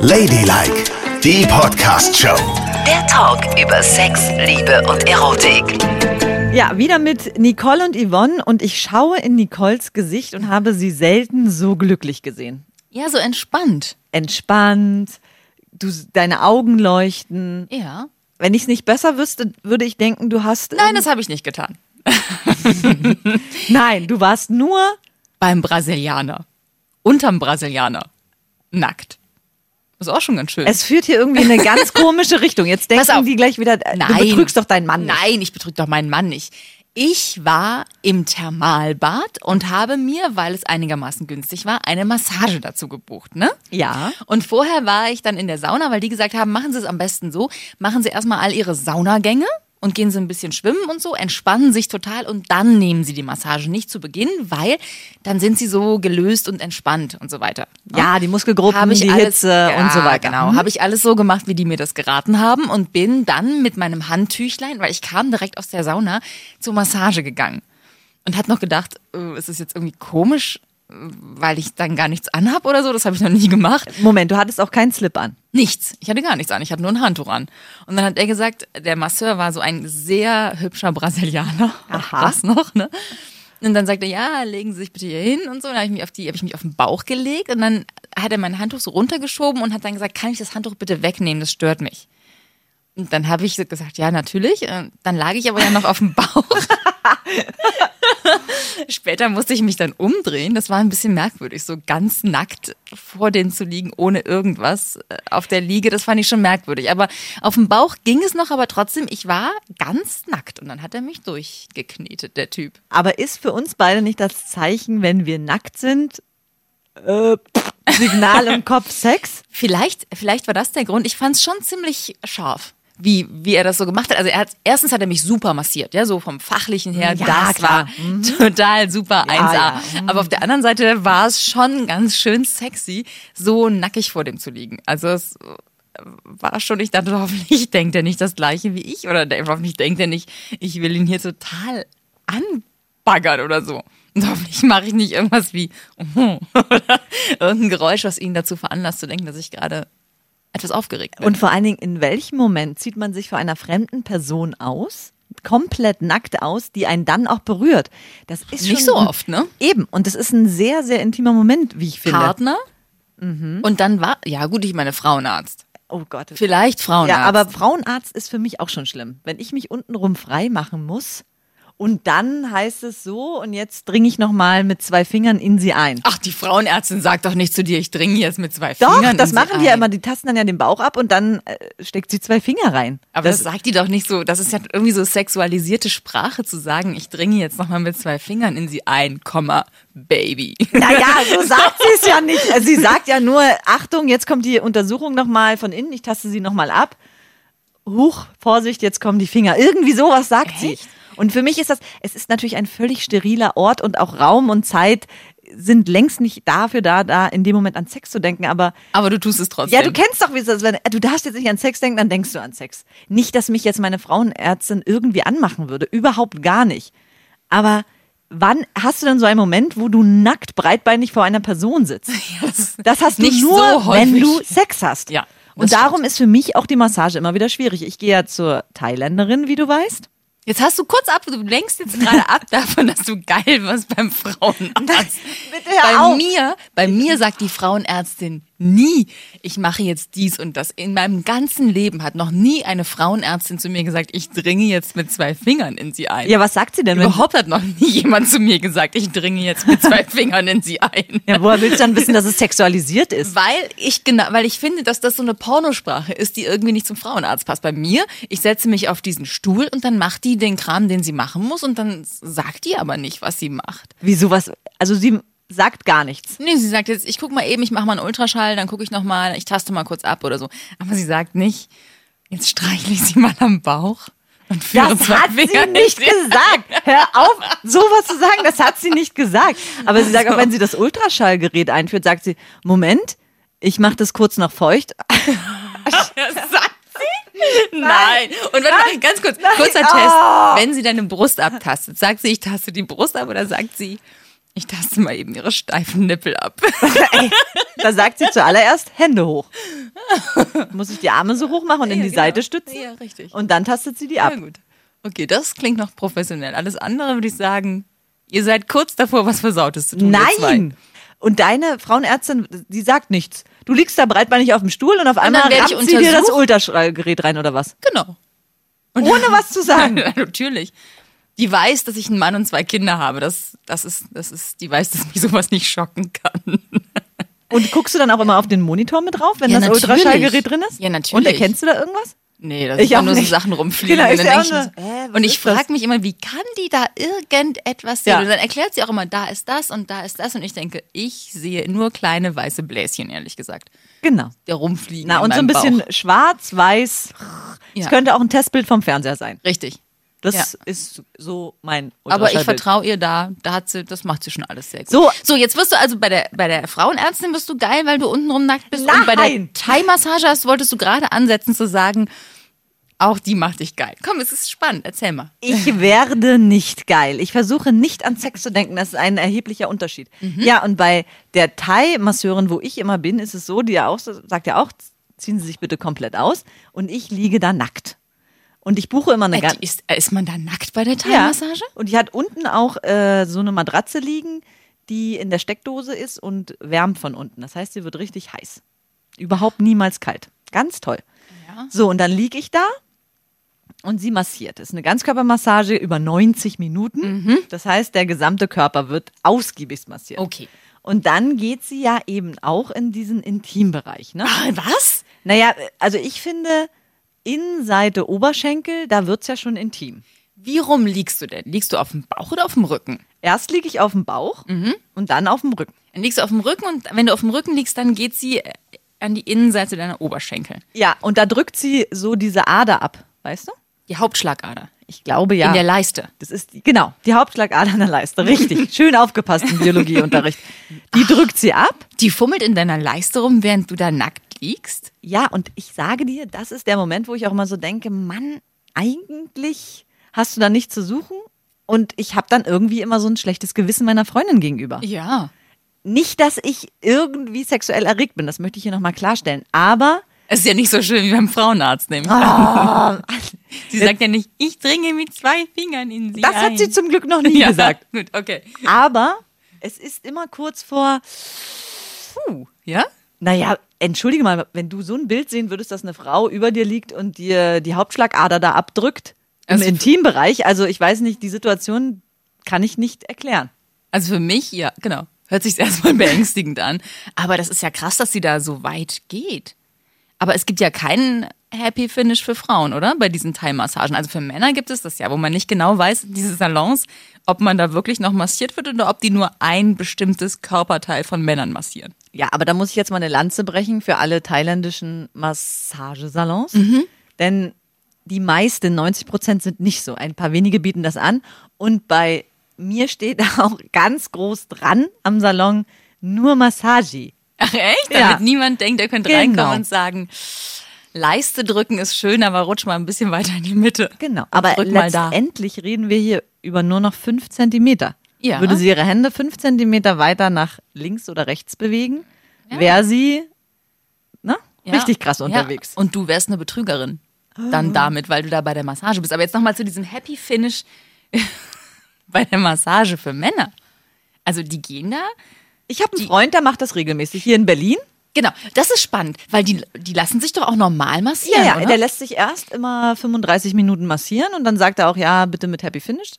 Ladylike, die Podcast-Show. Der Talk über Sex, Liebe und Erotik. Ja, wieder mit Nicole und Yvonne und ich schaue in Nicoles Gesicht und habe sie selten so glücklich gesehen. Ja, so entspannt. Entspannt, du, deine Augen leuchten. Ja. Wenn ich es nicht besser wüsste, würde ich denken, du hast. Nein, das habe ich nicht getan. Nein, du warst nur. Beim Brasilianer. Unterm Brasilianer. Nackt. Ist auch schon ganz schön. Es führt hier irgendwie in eine ganz komische Richtung. Jetzt Äh. Pass denken auf. die gleich wieder, äh, du betrügst doch deinen Mann. nicht. Nein, ich betrüge doch meinen Mann nicht. Ich war im Thermalbad und habe mir, weil es einigermaßen günstig war, eine Massage dazu gebucht, ne? Ja. Und vorher war ich dann in der Sauna, weil die gesagt haben, machen Sie es am besten so, machen Sie erstmal all Ihre Saunagänge und gehen Sie ein bisschen schwimmen und so, entspannen sich total und dann nehmen Sie die Massage nicht zu Beginn, weil dann sind Sie so gelöst und entspannt und so weiter. ne? Ja, die Muskelgruppen, Habe ich die alles- Hitze und so weiter. Genau, Mhm. habe ich alles so gemacht, wie die mir das geraten haben und bin dann mit meinem Handtüchlein, weil ich kam direkt aus der Sauna, zur Massage gegangen und hat noch gedacht, äh, es ist jetzt irgendwie komisch, äh, weil ich dann gar nichts anhab oder so, das habe ich noch nie gemacht. Moment, du hattest auch keinen Slip an. Nichts. Ich hatte gar nichts an. Ich hatte nur ein Handtuch an. Und dann hat er gesagt, der Masseur war so ein sehr hübscher Brasilianer. Aha. Das noch, ne? Und dann sagte er, ja, legen Sie sich bitte hier hin und so. Und dann habe ich mich auf die, habe ich mich auf den Bauch gelegt und dann hat er mein Handtuch so runtergeschoben und hat dann gesagt, kann ich das Handtuch bitte wegnehmen? Das stört mich. Und dann habe ich so gesagt, ja, natürlich. Und dann lag ich aber ja noch auf dem Bauch. Später musste ich mich dann umdrehen. Das war ein bisschen merkwürdig, so ganz nackt vor denen zu liegen, ohne irgendwas äh, auf der Liege. Das fand ich schon merkwürdig. Aber auf dem Bauch ging es noch, aber trotzdem, ich war ganz nackt. Und dann hat er mich durchgeknetet, der Typ. Aber ist für uns beide nicht das Zeichen, wenn wir nackt sind? Äh, pff, Signal im Kopf Sex? Vielleicht, vielleicht war das der Grund. Ich fand es schon ziemlich scharf. Wie, wie er das so gemacht hat. Also er hat, erstens hat er mich super massiert, ja, so vom Fachlichen her, Ja, das klar. Mhm. war total super 1A. ja. Aber auf der anderen Seite war es schon ganz schön sexy, so nackig vor dem zu liegen. Also es war schon, ich dachte, hoffentlich denkt er nicht das gleiche wie ich oder der- hoffentlich denkt er nicht, ich will ihn hier total anbaggern oder so. Und hoffentlich mache ich nicht irgendwas wie oder irgendein Geräusch, was ihn dazu veranlasst zu denken, dass ich gerade etwas aufgeregt bin. Und vor allen Dingen, in welchem Moment zieht man sich vor einer fremden Person aus, komplett nackt aus, die einen dann auch berührt? Das ist Nicht schon so oft, ne? Eben. Und das ist ein sehr, sehr intimer Moment, wie ich finde. Partner Mhm. und dann war, ja gut, ich meine Frauenarzt. Oh Gott. Vielleicht Frauenarzt. Ja, aber Frauenarzt ist für mich auch schon schlimm. Wenn ich mich untenrum frei machen muss und dann heißt es so und jetzt dringe ich nochmal mit zwei Fingern in sie ein. Ach, die Frauenärztin sagt doch nicht zu dir, ich dringe jetzt mit zwei Doch, Fingern. das in sie machen ein. die ja immer. Die tasten dann ja den Bauch ab und dann äh, steckt sie zwei Finger rein. Aber das, sagt die doch nicht so. Das ist ja irgendwie so sexualisierte Sprache zu sagen, ich dringe jetzt nochmal mit zwei Fingern in sie ein, Komma, Baby. naja, so sagt sie es ja nicht. Also Sie sagt ja nur, Achtung, jetzt kommt die Untersuchung nochmal von innen, ich taste sie nochmal ab. Huch, Vorsicht, jetzt kommen die Finger. Irgendwie sowas sagt Echt? sie. Und für mich ist das, es ist natürlich ein völlig steriler Ort und auch Raum und Zeit sind längst nicht dafür da, da in dem Moment an Sex zu denken, aber Aber du tust es trotzdem. ja, du kennst doch, wie es ist. Wenn, du darfst jetzt nicht an Sex denken, dann denkst du an Sex. Nicht, dass mich jetzt meine Frauenärztin irgendwie anmachen würde. Überhaupt gar nicht. Aber wann hast du denn so einen Moment, wo du nackt breitbeinig vor einer Person sitzt? das- Das hast du nicht nur, so wenn häufig. du Sex hast. Ja, Und das darum ist für mich auch die Massage immer wieder schwierig. Ich gehe ja zur Thailänderin, wie du weißt. Jetzt hast du kurz ab, du lenkst jetzt gerade ab davon, dass du geil warst beim Frauenarzt. bitte hör bei auf. mir, bei mir sagt die Frauenärztin nie, ich mache jetzt dies und das. In meinem ganzen Leben hat noch nie eine Frauenärztin zu mir gesagt, ich dringe jetzt mit zwei Fingern in sie ein. Ja, was sagt sie denn? Wenn, Überhaupt hat noch nie jemand zu mir gesagt, ich dringe jetzt mit zwei Fingern in sie ein. ja, woher willst du dann wissen, dass es sexualisiert ist? Weil ich genau, weil ich finde, dass das so eine Pornosprache ist, die irgendwie nicht zum Frauenarzt passt. Bei mir, ich setze mich auf diesen Stuhl und dann macht die den Kram, den sie machen muss und dann sagt die aber nicht, was sie macht. Wieso was? Also sie sagt gar nichts. Nee, sie sagt jetzt, ich guck mal eben, ich mache mal einen Ultraschall, dann gucke ich noch mal, ich taste mal kurz ab oder so. Aber sie sagt nicht, jetzt streichle ich sie mal am Bauch und führe Das zwei hat Finger sie in nicht gesagt. Hör auf, sowas zu sagen, das hat sie nicht gesagt. Aber sie sagt, auch wenn sie das Ultraschallgerät einführt, sagt sie, Moment, ich mache das kurz noch feucht. Das sagt sie? Nein. Und wenn, ganz Oh. kurz, kurzer Test. Wenn sie deine Brust abtastet, sagt sie, ich taste die Brust ab oder sagt sie, Ich taste mal eben ihre steifen Nippel ab. Ey, da sagt sie zuallererst Hände hoch. Muss ich die Arme so hoch machen und in Ja, die genau. Seite stützen? Ja, richtig. Und dann tastet sie die ab. Ja, gut. Okay, das klingt noch professionell. Alles andere würde ich sagen, ihr seid kurz davor, was Versautes zu tun. ihr zwei. Nein! Und deine Frauenärztin, die sagt nichts. Du liegst da breitbeinig auf dem Stuhl und auf einmal dann werde ich rammt sie dir das untersucht. Ultraschallgerät rein oder was? Genau. Und Ohne was zu sagen. Natürlich. Die weiß, dass ich einen Mann und zwei Kinder habe. Das, das ist, das ist, die weiß, dass mich sowas nicht schocken kann. Und guckst du dann auch immer auf den Monitor mit drauf, wenn Ja, das natürlich. Ultraschallgerät drin ist? Ja, natürlich. Und erkennst du da irgendwas? Nee, das Ich ist auch auch nur so nicht. Sachen rumfliegen. Genau, und ich dann seh auch denk ich nur, mir so, äh, was und ich ist das? frage mich immer, wie kann die da irgendetwas sehen? Ja. Und dann erklärt sie auch immer, da ist das und da ist das. Und ich denke, ich sehe nur kleine weiße Bläschen, ehrlich gesagt, Genau. die rumfliegen. Na, in und so ein meinem bisschen Bauch. schwarz, weiß. Es Ja. könnte auch ein Testbild vom Fernseher sein. Richtig. Das Ja. ist so mein Aber ich Ultraschallbild. vertraue ihr da, da hat sie, das macht sie schon alles sehr gut. So. so jetzt wirst du also bei der, bei der Frauenärztin bist du geil, weil du untenrum nackt bist. Und bei Nein. der Thai-Massage hast, wolltest du gerade ansetzen zu sagen, auch die macht dich geil. Komm, es ist spannend, erzähl mal. Ich werde nicht geil. Ich versuche nicht an Sex zu denken. Das ist ein erheblicher Unterschied. Mhm. Ja, und bei der Thai-Masseurin, wo ich immer bin, ist es so, die ja auch, sagt ja auch, ziehen Sie sich bitte komplett aus. Und ich liege da nackt. Und ich buche immer eine Äh, ganz. die ist, äh, ist man da nackt bei der Thai-Massage? Und die hat unten auch äh, so eine Matratze liegen, die in der Steckdose ist und wärmt von unten. Das heißt, sie wird richtig heiß. Überhaupt niemals kalt. Ganz toll. So, und dann liege ich da und sie massiert. Das ist eine Ganzkörpermassage über 90 Minuten. Mhm. Das heißt, der gesamte Körper wird ausgiebigst massiert. Okay. Und dann geht sie ja eben auch in diesen Intimbereich. Ne? Ah, was? Naja, also ich finde, Innenseite Oberschenkel, da wird es ja schon intim. Wie rum liegst du denn? Liegst du auf dem Bauch oder auf dem Rücken? Erst liege ich auf dem Bauch Mhm. und dann auf dem Rücken. Dann liegst du auf dem Rücken und wenn du auf dem Rücken liegst, dann geht sie äh, an die Innenseite deiner Oberschenkel. Ja, und da drückt sie so diese Ader ab, weißt du? Die Hauptschlagader. Ich glaube ja. In der Leiste. das ist die, genau die Hauptschlagader in der Leiste, richtig. Schön aufgepasst im Biologieunterricht. Die drückt sie ab. Die fummelt in deiner Leiste rum, während du da nackt liegst? Ja, und ich sage dir, das ist der Moment, wo ich auch immer so denke, Mann, eigentlich hast du da nichts zu suchen. Und ich habe dann irgendwie immer so ein schlechtes Gewissen meiner Freundin gegenüber. Ja. Nicht, dass ich irgendwie sexuell erregt bin, das möchte ich hier nochmal klarstellen. Aber Es ist ja nicht so schlimm wie beim Frauenarzt, nämlich. Ah. sie sagt ja nicht, ich dringe mit zwei Fingern in sie das ein. hat sie zum Glück noch nie ja. gesagt. Gut, okay. Aber es ist immer kurz vor, Ja? naja, entschuldige mal, wenn du so ein Bild sehen würdest, dass eine Frau über dir liegt und dir die Hauptschlagader da abdrückt, im Also- Intimbereich, also ich weiß nicht, die Situation kann ich nicht erklären. Also für mich, ja, genau. Hört sich erstmal beängstigend an. Aber das ist ja krass, dass sie da so weit geht. Aber es gibt ja keinen Happy Finish für Frauen, oder? Bei diesen Thai-Massagen. Also für Männer gibt es das ja, wo man nicht genau weiß, diese Salons, ob man da wirklich noch massiert wird oder ob die nur ein bestimmtes Körperteil von Männern massieren. Ja, aber da muss ich jetzt mal eine Lanze brechen für alle thailändischen Massagesalons. Denn die meisten, 90 Prozent, sind nicht so. Ein paar wenige bieten das an. Und bei mir steht auch ganz groß dran am Salon nur Massage. Ach echt? Damit Ja. niemand denkt, er könnte Genau. reinkommen und sagen, Leiste drücken ist schön, aber rutsch mal ein bisschen weiter in die Mitte. Genau. Und Aber drück mal da. letztendlich reden wir hier über nur noch fünf Zentimeter. Ja. Würde sie ihre Hände fünf Zentimeter weiter nach links oder rechts bewegen, wäre sie ne, Ja. richtig krass Ja. unterwegs. Ah. Und du wärst eine Betrügerin dann damit, weil du da bei der Massage bist. Aber jetzt nochmal zu diesem Happy Finish bei der Massage für Männer. Also die gehen da. Ich habe einen Freund, der macht das regelmäßig hier in Berlin. Genau, das ist spannend, weil die, die lassen sich doch auch normal massieren. Ja, ja, oder? der lässt sich erst immer 35 Minuten massieren und dann sagt er auch, ja, bitte mit Happy Finish.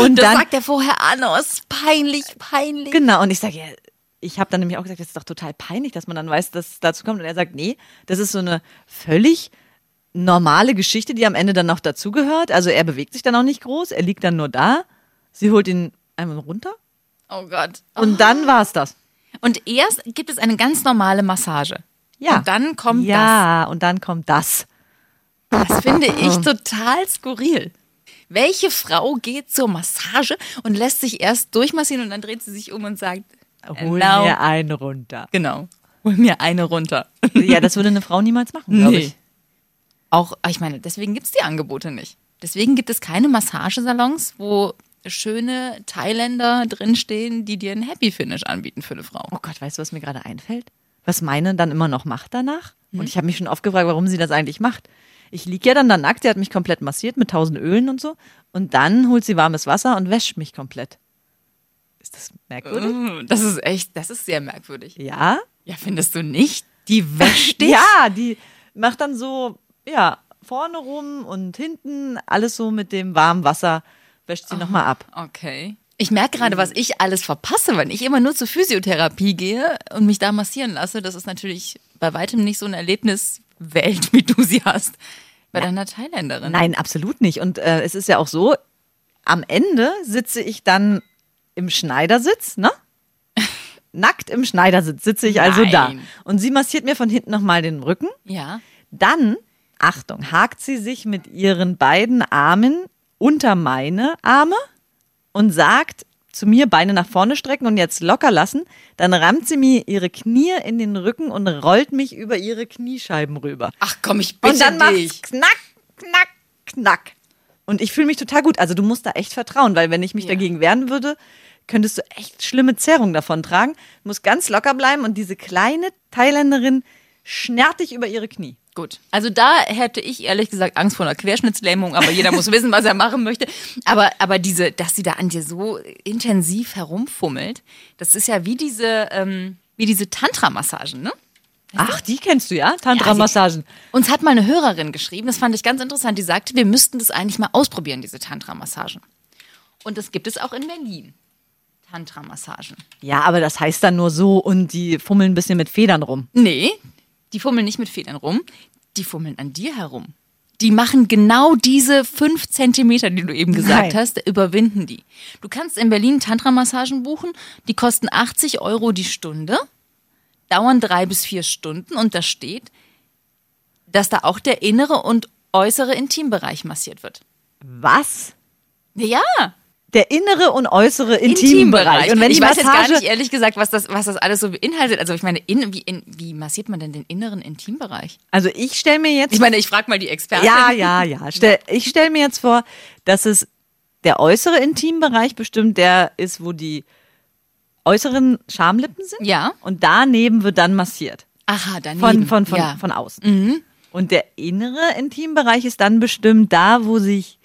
Und das dann, sagt er vorher an, oh, ist peinlich, peinlich. genau, und ich sage, ja, ich habe dann nämlich auch gesagt, das ist doch total peinlich, dass man dann weiß, dass es dazu kommt. Und er sagt, nee, das ist so eine völlig normale Geschichte, die am Ende dann noch dazugehört. Also er bewegt sich dann auch nicht groß, er liegt dann nur da. Sie holt ihn einmal runter Genau. Oh Gott. und dann war's das. Und erst gibt es eine ganz normale Massage. Ja. Und dann kommt ja, und dann kommt das. das. Das finde ich Ah. total skurril. Welche Frau geht zur Massage und lässt sich erst durchmassieren und dann dreht sie sich um und sagt, Hol "Now." mir einen runter. genau, hol mir eine runter. Ja, das würde eine Frau niemals machen, glaube Nee. ich. Auch, ich meine, deswegen gibt es die Angebote nicht. Deswegen gibt es keine Massagesalons, wo schöne Thailänder drinstehen, die dir einen Happy Finish anbieten für eine Frau. Oh Gott, weißt du, was mir gerade einfällt? Was meine dann immer noch macht danach? Und ich habe mich schon oft gefragt, warum sie das eigentlich macht. Ich lieg ja dann da nackt, sie hat mich komplett massiert mit tausend Ölen und so. Und dann holt sie warmes Wasser und wäscht mich komplett. Ist das merkwürdig? Mm, Das ist echt, das ist sehr merkwürdig. Ja? Ja, findest du nicht? Die wäscht dich. Ja, die macht dann so, ja, vorne rum und hinten, alles so mit dem warmen Wasser, wäscht sie nochmal ab. Okay. Ich merke gerade, was ich alles verpasse, wenn ich immer nur zur Physiotherapie gehe und mich da massieren lasse. Das ist natürlich bei weitem nicht so ein Erlebniswelt, wie du sie hast bei deiner Thailänderin. Nein, absolut nicht. Und äh, es ist ja auch so, am Ende sitze ich dann im Schneidersitz, ne? Nackt im Schneidersitz sitze ich also da. Nein. Und sie massiert mir von hinten nochmal den Rücken. Ja. Dann, Achtung, hakt sie sich mit ihren beiden Armen unter meine Arme und sagt zu mir, Beine nach vorne strecken und jetzt locker lassen. Dann rammt sie mir ihre Knie in den Rücken und rollt mich über ihre Kniescheiben rüber. Ach komm, ich bitte und dann macht's dich. knack, knack, knack. Und ich fühle mich total gut. Also du musst da echt vertrauen, weil wenn ich mich Ja. dagegen wehren würde, könntest du echt schlimme Zerrung davon tragen. Du musst ganz locker bleiben und diese kleine Thailänderin schnärt dich über ihre Knie. Gut. Also da hätte ich ehrlich gesagt Angst vor einer Querschnittslähmung, aber jeder muss wissen, was er machen möchte. Aber, aber diese, dass sie da an dir so intensiv herumfummelt, das ist ja wie diese, ähm, wie diese Tantra-Massagen, ne? Ach, die kennst du ja? also Tantra-Massagen. Uns hat mal eine Hörerin geschrieben, das fand ich ganz interessant, die sagte, wir müssten das eigentlich mal ausprobieren, diese Tantra-Massagen. Und das gibt es auch in Berlin. Tantra-Massagen. Ja, aber das heißt dann nur so und die fummeln ein bisschen mit Federn rum. Nee, die fummeln nicht mit Federn rum, die fummeln an dir herum. Die machen genau diese fünf Zentimeter, die du eben gesagt Nein. hast, überwinden die. Du kannst in Berlin Tantra-Massagen buchen, die kosten 80 Euro die Stunde, dauern drei bis vier Stunden und da steht, dass da auch der innere und äußere Intimbereich massiert wird. Was? Ja, Der innere und äußere Intimbereich. Und wenn ich die weiß jetzt gar Massage nicht ehrlich gesagt, was das, was das alles so beinhaltet. Also ich meine, in, wie, in, wie massiert man denn den inneren Intimbereich? Also ich stelle mir jetzt Ich meine, ich frage mal die Experten. Ja, ja, ja. Stell, ich stelle mir jetzt vor, dass es der äußere Intimbereich bestimmt der ist, wo die äußeren Schamlippen sind. Ja. Und daneben wird dann massiert. Aha, daneben. Von, von, von, ja. Mhm. von außen. Und der innere Intimbereich ist dann bestimmt da, wo sich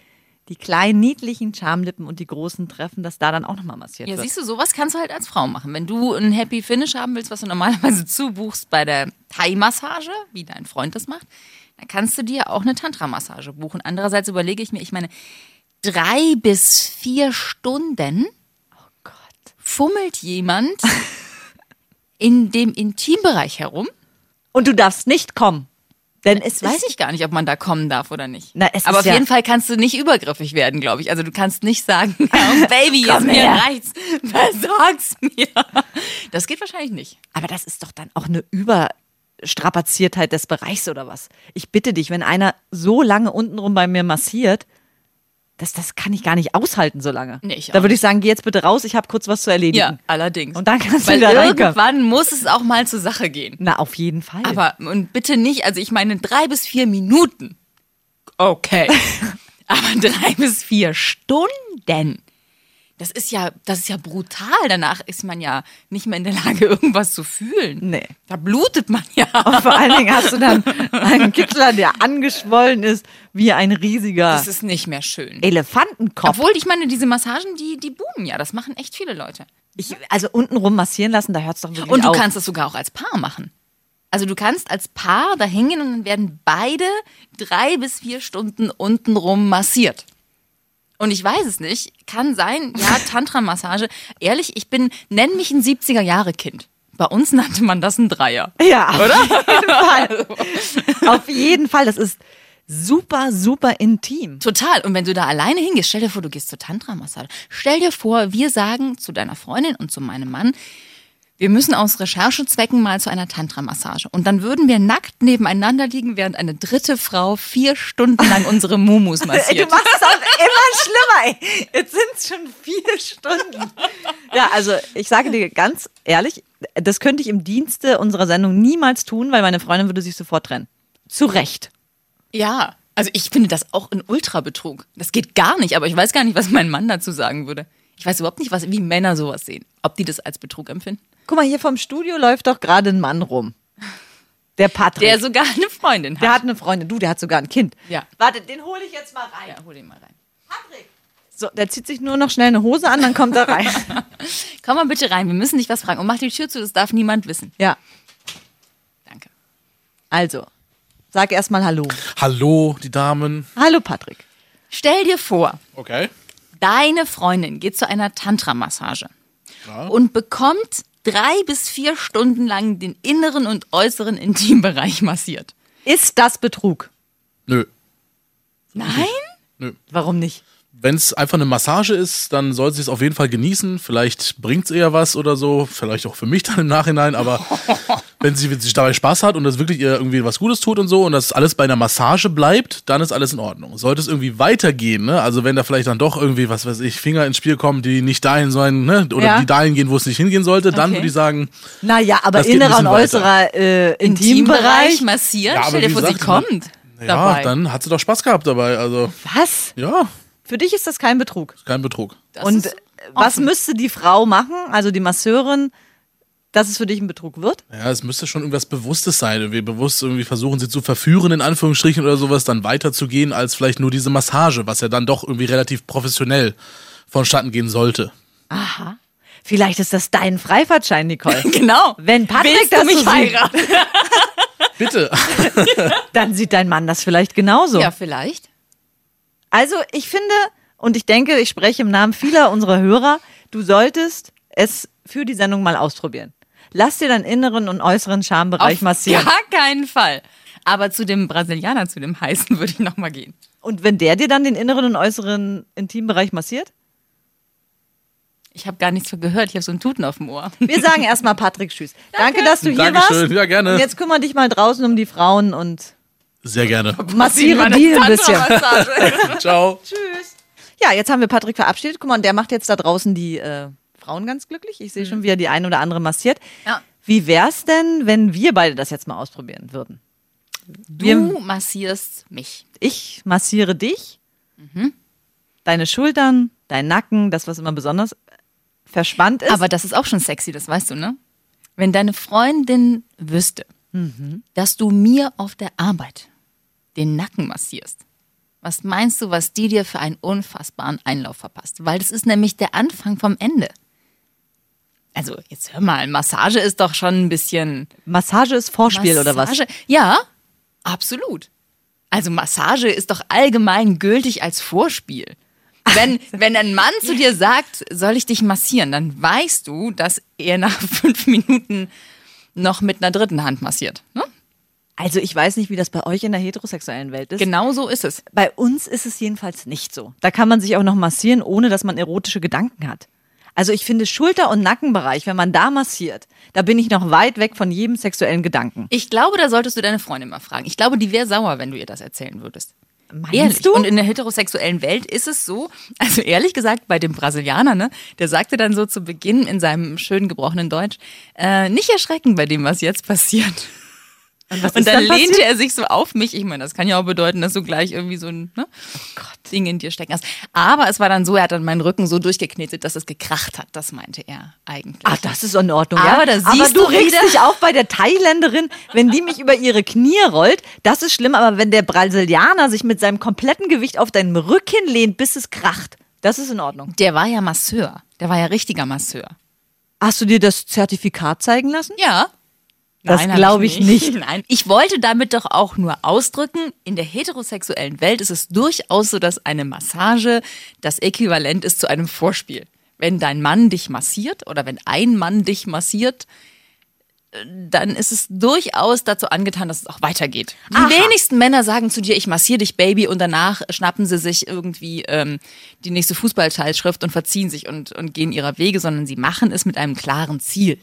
die kleinen, niedlichen Schamlippen und die großen treffen, dass da dann auch nochmal massiert Ja, wird. siehst du, sowas kannst du halt als Frau machen. Wenn du ein Happy Finish haben willst, was du normalerweise zubuchst bei der Thai-Massage, wie dein Freund das macht, dann kannst du dir auch eine Tantra-Massage buchen. Andererseits überlege ich mir, ich meine, drei bis vier Stunden Oh Gott. fummelt jemand in dem Intimbereich herum. Und du darfst nicht kommen. Denn es Weiß ist ich gar nicht, ob man da kommen darf oder nicht. Na, es Aber ist auf ja- jeden Fall kannst du nicht übergriffig werden, glaube ich. Also du kannst nicht sagen, oh, Baby, jetzt Komm mir her. reicht's, versag's mir. Das geht wahrscheinlich nicht. Aber das ist doch dann auch eine Überstrapaziertheit des Bereichs oder was? Ich bitte dich, wenn einer so lange untenrum bei mir massiert, das, das kann ich gar nicht aushalten so lange. Nee, ich auch da würde ich sagen, geh jetzt bitte raus, ich habe kurz was zu erledigen. allerdings. Und dann kannst du Weil da reinkommen. irgendwann muss es auch mal zur Sache gehen. Na, auf jeden Fall. Aber und bitte nicht, also ich meine drei bis vier Minuten. Okay. Aber drei bis vier Stunden. Das ist ja, das ist ja brutal. Danach ist man ja nicht mehr in der Lage, irgendwas zu fühlen. Nee. Da blutet man ja. Und vor allen Dingen hast du dann einen Kitzler, der angeschwollen ist wie ein riesiger Das ist nicht mehr schön. Elefantenkopf. Obwohl, ich meine, diese Massagen, die, die boomen ja. Das machen echt viele Leute. Ich, also untenrum massieren lassen, da hört's doch wirklich Und du auf. kannst das sogar auch als Paar machen. Also du kannst als Paar da hingehen und dann werden beide drei bis vier Stunden untenrum massiert. Und ich weiß es nicht, kann sein, ja, Tantra-Massage. Ehrlich, ich bin, nenn mich ein 70er-Jahre-Kind. Bei uns nannte man das ein Dreier. Ja, oder? Auf jeden Fall. auf jeden Fall. Das ist super, super intim. Total. Und wenn du da alleine hingehst, stell dir vor, du gehst zur Tantra-Massage. Stell dir vor, wir sagen zu deiner Freundin und zu meinem Mann, wir müssen aus Recherchezwecken mal zu einer Tantra-Massage. Und dann würden wir nackt nebeneinander liegen, während eine dritte Frau vier Stunden lang unsere Mumus Ey, du massiert. machst es auch immer schlimmer, ey. Jetzt sind es schon vier Stunden. Ja, also ich sage dir ganz ehrlich, das könnte ich im Dienste unserer Sendung niemals tun, weil meine Freundin würde sich sofort trennen. Zu Recht. Ja. Also ich finde das auch ein Ultrabetrug. Das geht gar nicht, aber ich weiß gar nicht, was mein Mann dazu sagen würde. Ich weiß überhaupt nicht, was, wie Männer sowas sehen. Ob die das als Betrug empfinden. Guck mal, hier vom Studio läuft doch gerade ein Mann rum. Der Patrick. Der sogar eine Freundin hat. Der hat eine Freundin. Du, der hat sogar ein Kind. Ja. Warte, den hole ich jetzt mal rein. ja, hol den mal rein. Patrick. So, der zieht sich nur noch schnell eine Hose an, dann kommt er rein. Komm mal bitte rein, wir müssen dich was fragen. Und mach die Tür zu, das darf niemand wissen. ja, Danke. also. Sag erstmal Hallo. Hallo, die Damen. Hallo, Patrick. Stell dir vor, Okay. deine Freundin geht zu einer Tantra-Massage und bekommt drei bis vier Stunden lang den inneren und äußeren Intimbereich massiert. Ist das Betrug? Nö. Nein? Warum nicht? Wenn es einfach eine Massage ist, dann soll sie es auf jeden Fall genießen. Vielleicht bringt es eher was oder so. Vielleicht auch für mich dann im Nachhinein. Aber wenn sie, wenn sie dabei Spaß hat und das wirklich ihr irgendwie was Gutes tut und so und das alles bei einer Massage bleibt, dann ist alles in Ordnung. Sollte es irgendwie weitergehen, ne? also wenn da vielleicht dann doch irgendwie, was weiß ich, Finger ins Spiel kommen, die nicht dahin sollen ne? oder Ja. die dahin gehen, wo es nicht hingehen sollte, dann Okay. würde ich sagen, Naja, aber Das geht ein innerer und bisschen äußerer äh, Intimbereich. massiert. Ja, aber Stell dir wie vor, sie gesagt, man- kommt. ja, dabei. dann hat sie doch Spaß gehabt dabei. Also Was? ja, Für dich ist das kein Betrug. kein Betrug. Das und ist was offen. müsste die Frau machen, also die Masseurin, dass es für dich ein Betrug wird? Ja, es müsste schon irgendwas Bewusstes sein. Irgendwie bewusst irgendwie versuchen, sie zu verführen, in Anführungsstrichen oder sowas, dann weiterzugehen, als vielleicht nur diese Massage, was ja dann doch irgendwie relativ professionell vonstatten gehen sollte. Vielleicht ist das dein Freifahrtschein, Nicole. Genau. Wenn Patrick Willst das du mich so sieht. heiraten? Bitte. Dann sieht dein Mann das vielleicht genauso. Ja, vielleicht. Also ich finde und ich denke, ich spreche im Namen vieler unserer Hörer, du solltest es für die Sendung mal ausprobieren. Lass dir deinen inneren und äußeren Schambereich Auf massieren. gar keinen Fall. Aber zu dem Brasilianer, zu dem Heißen, würde ich nochmal gehen. Und wenn der dir dann den inneren und äußeren Intimbereich massiert? Ich habe gar nichts von gehört. Ich habe so einen Tuten auf dem Ohr. Wir sagen erstmal Patrick Tschüss. Danke, dass du hier Dankeschön. warst. Ja, gerne. Und jetzt kümmere dich mal draußen um die Frauen und Sehr gerne. massiere die ein bisschen. Ciao. Ja, jetzt haben wir Patrick verabschiedet. Guck mal, und der macht jetzt da draußen die äh, Frauen ganz glücklich. Ich sehe schon, wie er die eine oder andere massiert. Mhm. Ja. Wie wär's denn, wenn wir beide das jetzt mal ausprobieren würden? Du massierst mich. Ich massiere dich, Mhm. deine Schultern, dein Nacken, das, was immer besonders verspannt ist. Aber das ist auch schon sexy, das weißt du, ne? Wenn deine Freundin wüsste, dass du mir auf der Arbeit den Nacken massierst, was meinst du, was die dir für einen unfassbaren Einlauf verpasst? Weil das ist nämlich der Anfang vom Ende. Also, jetzt hör mal, Massage ist doch schon ein bisschen. Massage ist Vorspiel oder was? Massage- Ja, absolut. Also Massage ist doch allgemein gültig als Vorspiel. Wenn, wenn ein Mann zu dir sagt, soll ich dich massieren, dann weißt du, dass er nach fünf Minuten noch mit einer dritten Hand massiert. Ne? Also ich weiß nicht, wie das bei euch in der heterosexuellen Welt ist. Genau so ist es. Bei uns ist es jedenfalls nicht so. Da kann man sich auch noch massieren, ohne dass man erotische Gedanken hat. Also ich finde Schulter- und Nackenbereich, wenn man da massiert, da bin ich noch weit weg von jedem sexuellen Gedanken. Ich glaube, da solltest du deine Freundin mal fragen. Ich glaube, die wäre sauer, wenn du ihr das erzählen würdest. Meinst Ehrlich. du? Und in der heterosexuellen Welt ist es so, also ehrlich gesagt, bei dem Brasilianer, ne, der sagte dann so zu Beginn in seinem schönen gebrochenen Deutsch, äh, nicht erschrecken bei dem, was jetzt passiert. Und, was Und ist dann, passiert? lehnte er sich so auf mich. Ich meine, das kann ja auch bedeuten, dass du gleich irgendwie so ein ne, Ding in dir stecken hast. Aber es war dann so, er hat dann meinen Rücken so durchgeknetet, dass es gekracht hat. Das meinte er eigentlich. Ach, Ah, das ist in Ordnung. ja. Aber da siehst aber Ah, du du regst wieder- dich auf bei der Thailänderin, wenn die mich über ihre Knie rollt. Das ist schlimm, aber wenn der Brasilianer sich mit seinem kompletten Gewicht auf deinen Rücken lehnt, bis es kracht, das ist in Ordnung. Der war ja Masseur. Der war ja richtiger Masseur. Hast du dir das Zertifikat zeigen lassen? Ja. Das Nein, hab glaub ich nicht. Nein, ich wollte damit doch auch nur ausdrücken, in der heterosexuellen Welt ist es durchaus so, dass eine Massage das Äquivalent ist zu einem Vorspiel. Wenn dein Mann dich massiert oder wenn ein Mann dich massiert, äh, dann ist es durchaus dazu angetan, dass es auch weitergeht. Die wenigsten Männer sagen zu dir, ich massiere dich, Baby, und danach schnappen sie sich irgendwie ähm, die nächste Fußballzeitschrift und verziehen sich und, und gehen ihrer Wege, sondern sie machen es mit einem klaren Ziel.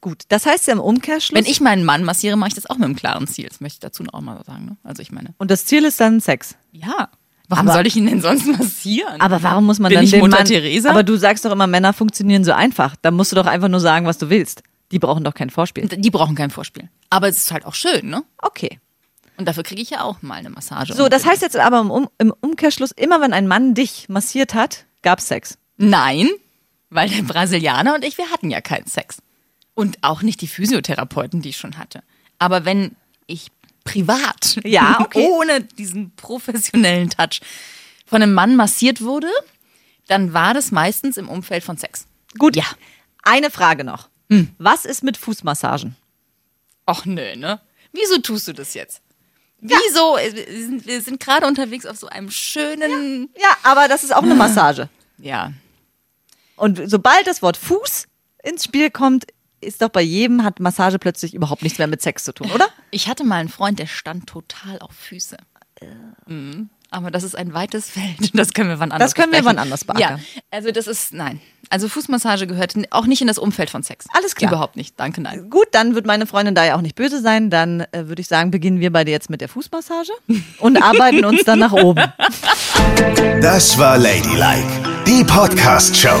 Gut, das heißt ja im Umkehrschluss. Wenn ich meinen Mann massiere, mache ich das auch mit einem klaren Ziel. Das möchte ich dazu noch mal sagen. Ne? Also ich meine, und das Ziel ist dann Sex. ja. Warum Aber- soll ich ihn denn sonst massieren? Aber warum muss man Bin dann ich den Mutter Mann, Teresa? Aber du sagst doch immer, Männer funktionieren so einfach. Da musst du doch einfach nur sagen, was du willst. Die brauchen doch kein Vorspiel. die brauchen kein Vorspiel. Aber es ist halt auch schön, ne? Okay. Und dafür kriege ich ja auch mal eine Massage. So, das heißt jetzt aber im, um im Umkehrschluss, immer wenn ein Mann dich massiert hat, gab's Sex. Nein, weil der Brasilianer und ich, wir hatten ja keinen Sex. Und auch nicht die Physiotherapeuten, die ich schon hatte. Aber wenn ich privat, Ja, okay. ohne diesen professionellen Touch, von einem Mann massiert wurde, dann war das meistens im Umfeld von Sex. Gut. Ja. Eine Frage noch. Was ist mit Fußmassagen? Ach nö, ne? Wieso tust du das jetzt? Wieso? äh, Wir sind, wir sind gerade unterwegs auf so einem schönen. Ja, aber das ist auch eine Massage. Ja. Und sobald das Wort Fuß ins Spiel kommt, ist doch bei jedem hat Massage plötzlich überhaupt nichts mehr mit Sex zu tun, oder? Ich hatte mal einen Freund, der stand total auf Füße. Mhm. Aber das ist ein weites Feld. Das können wir wann anders Das können wir besprechen. wann anders Ja, beackern. also das ist, nein. Also Fußmassage gehört n- auch nicht in das Umfeld von Sex. Alles klar. Überhaupt nicht. Danke, nein. Gut, dann wird meine Freundin da ja auch nicht böse sein. Dann äh, würde ich sagen, beginnen wir beide jetzt mit der Fußmassage und arbeiten uns dann nach oben. Das war Ladylike, die Podcast-Show.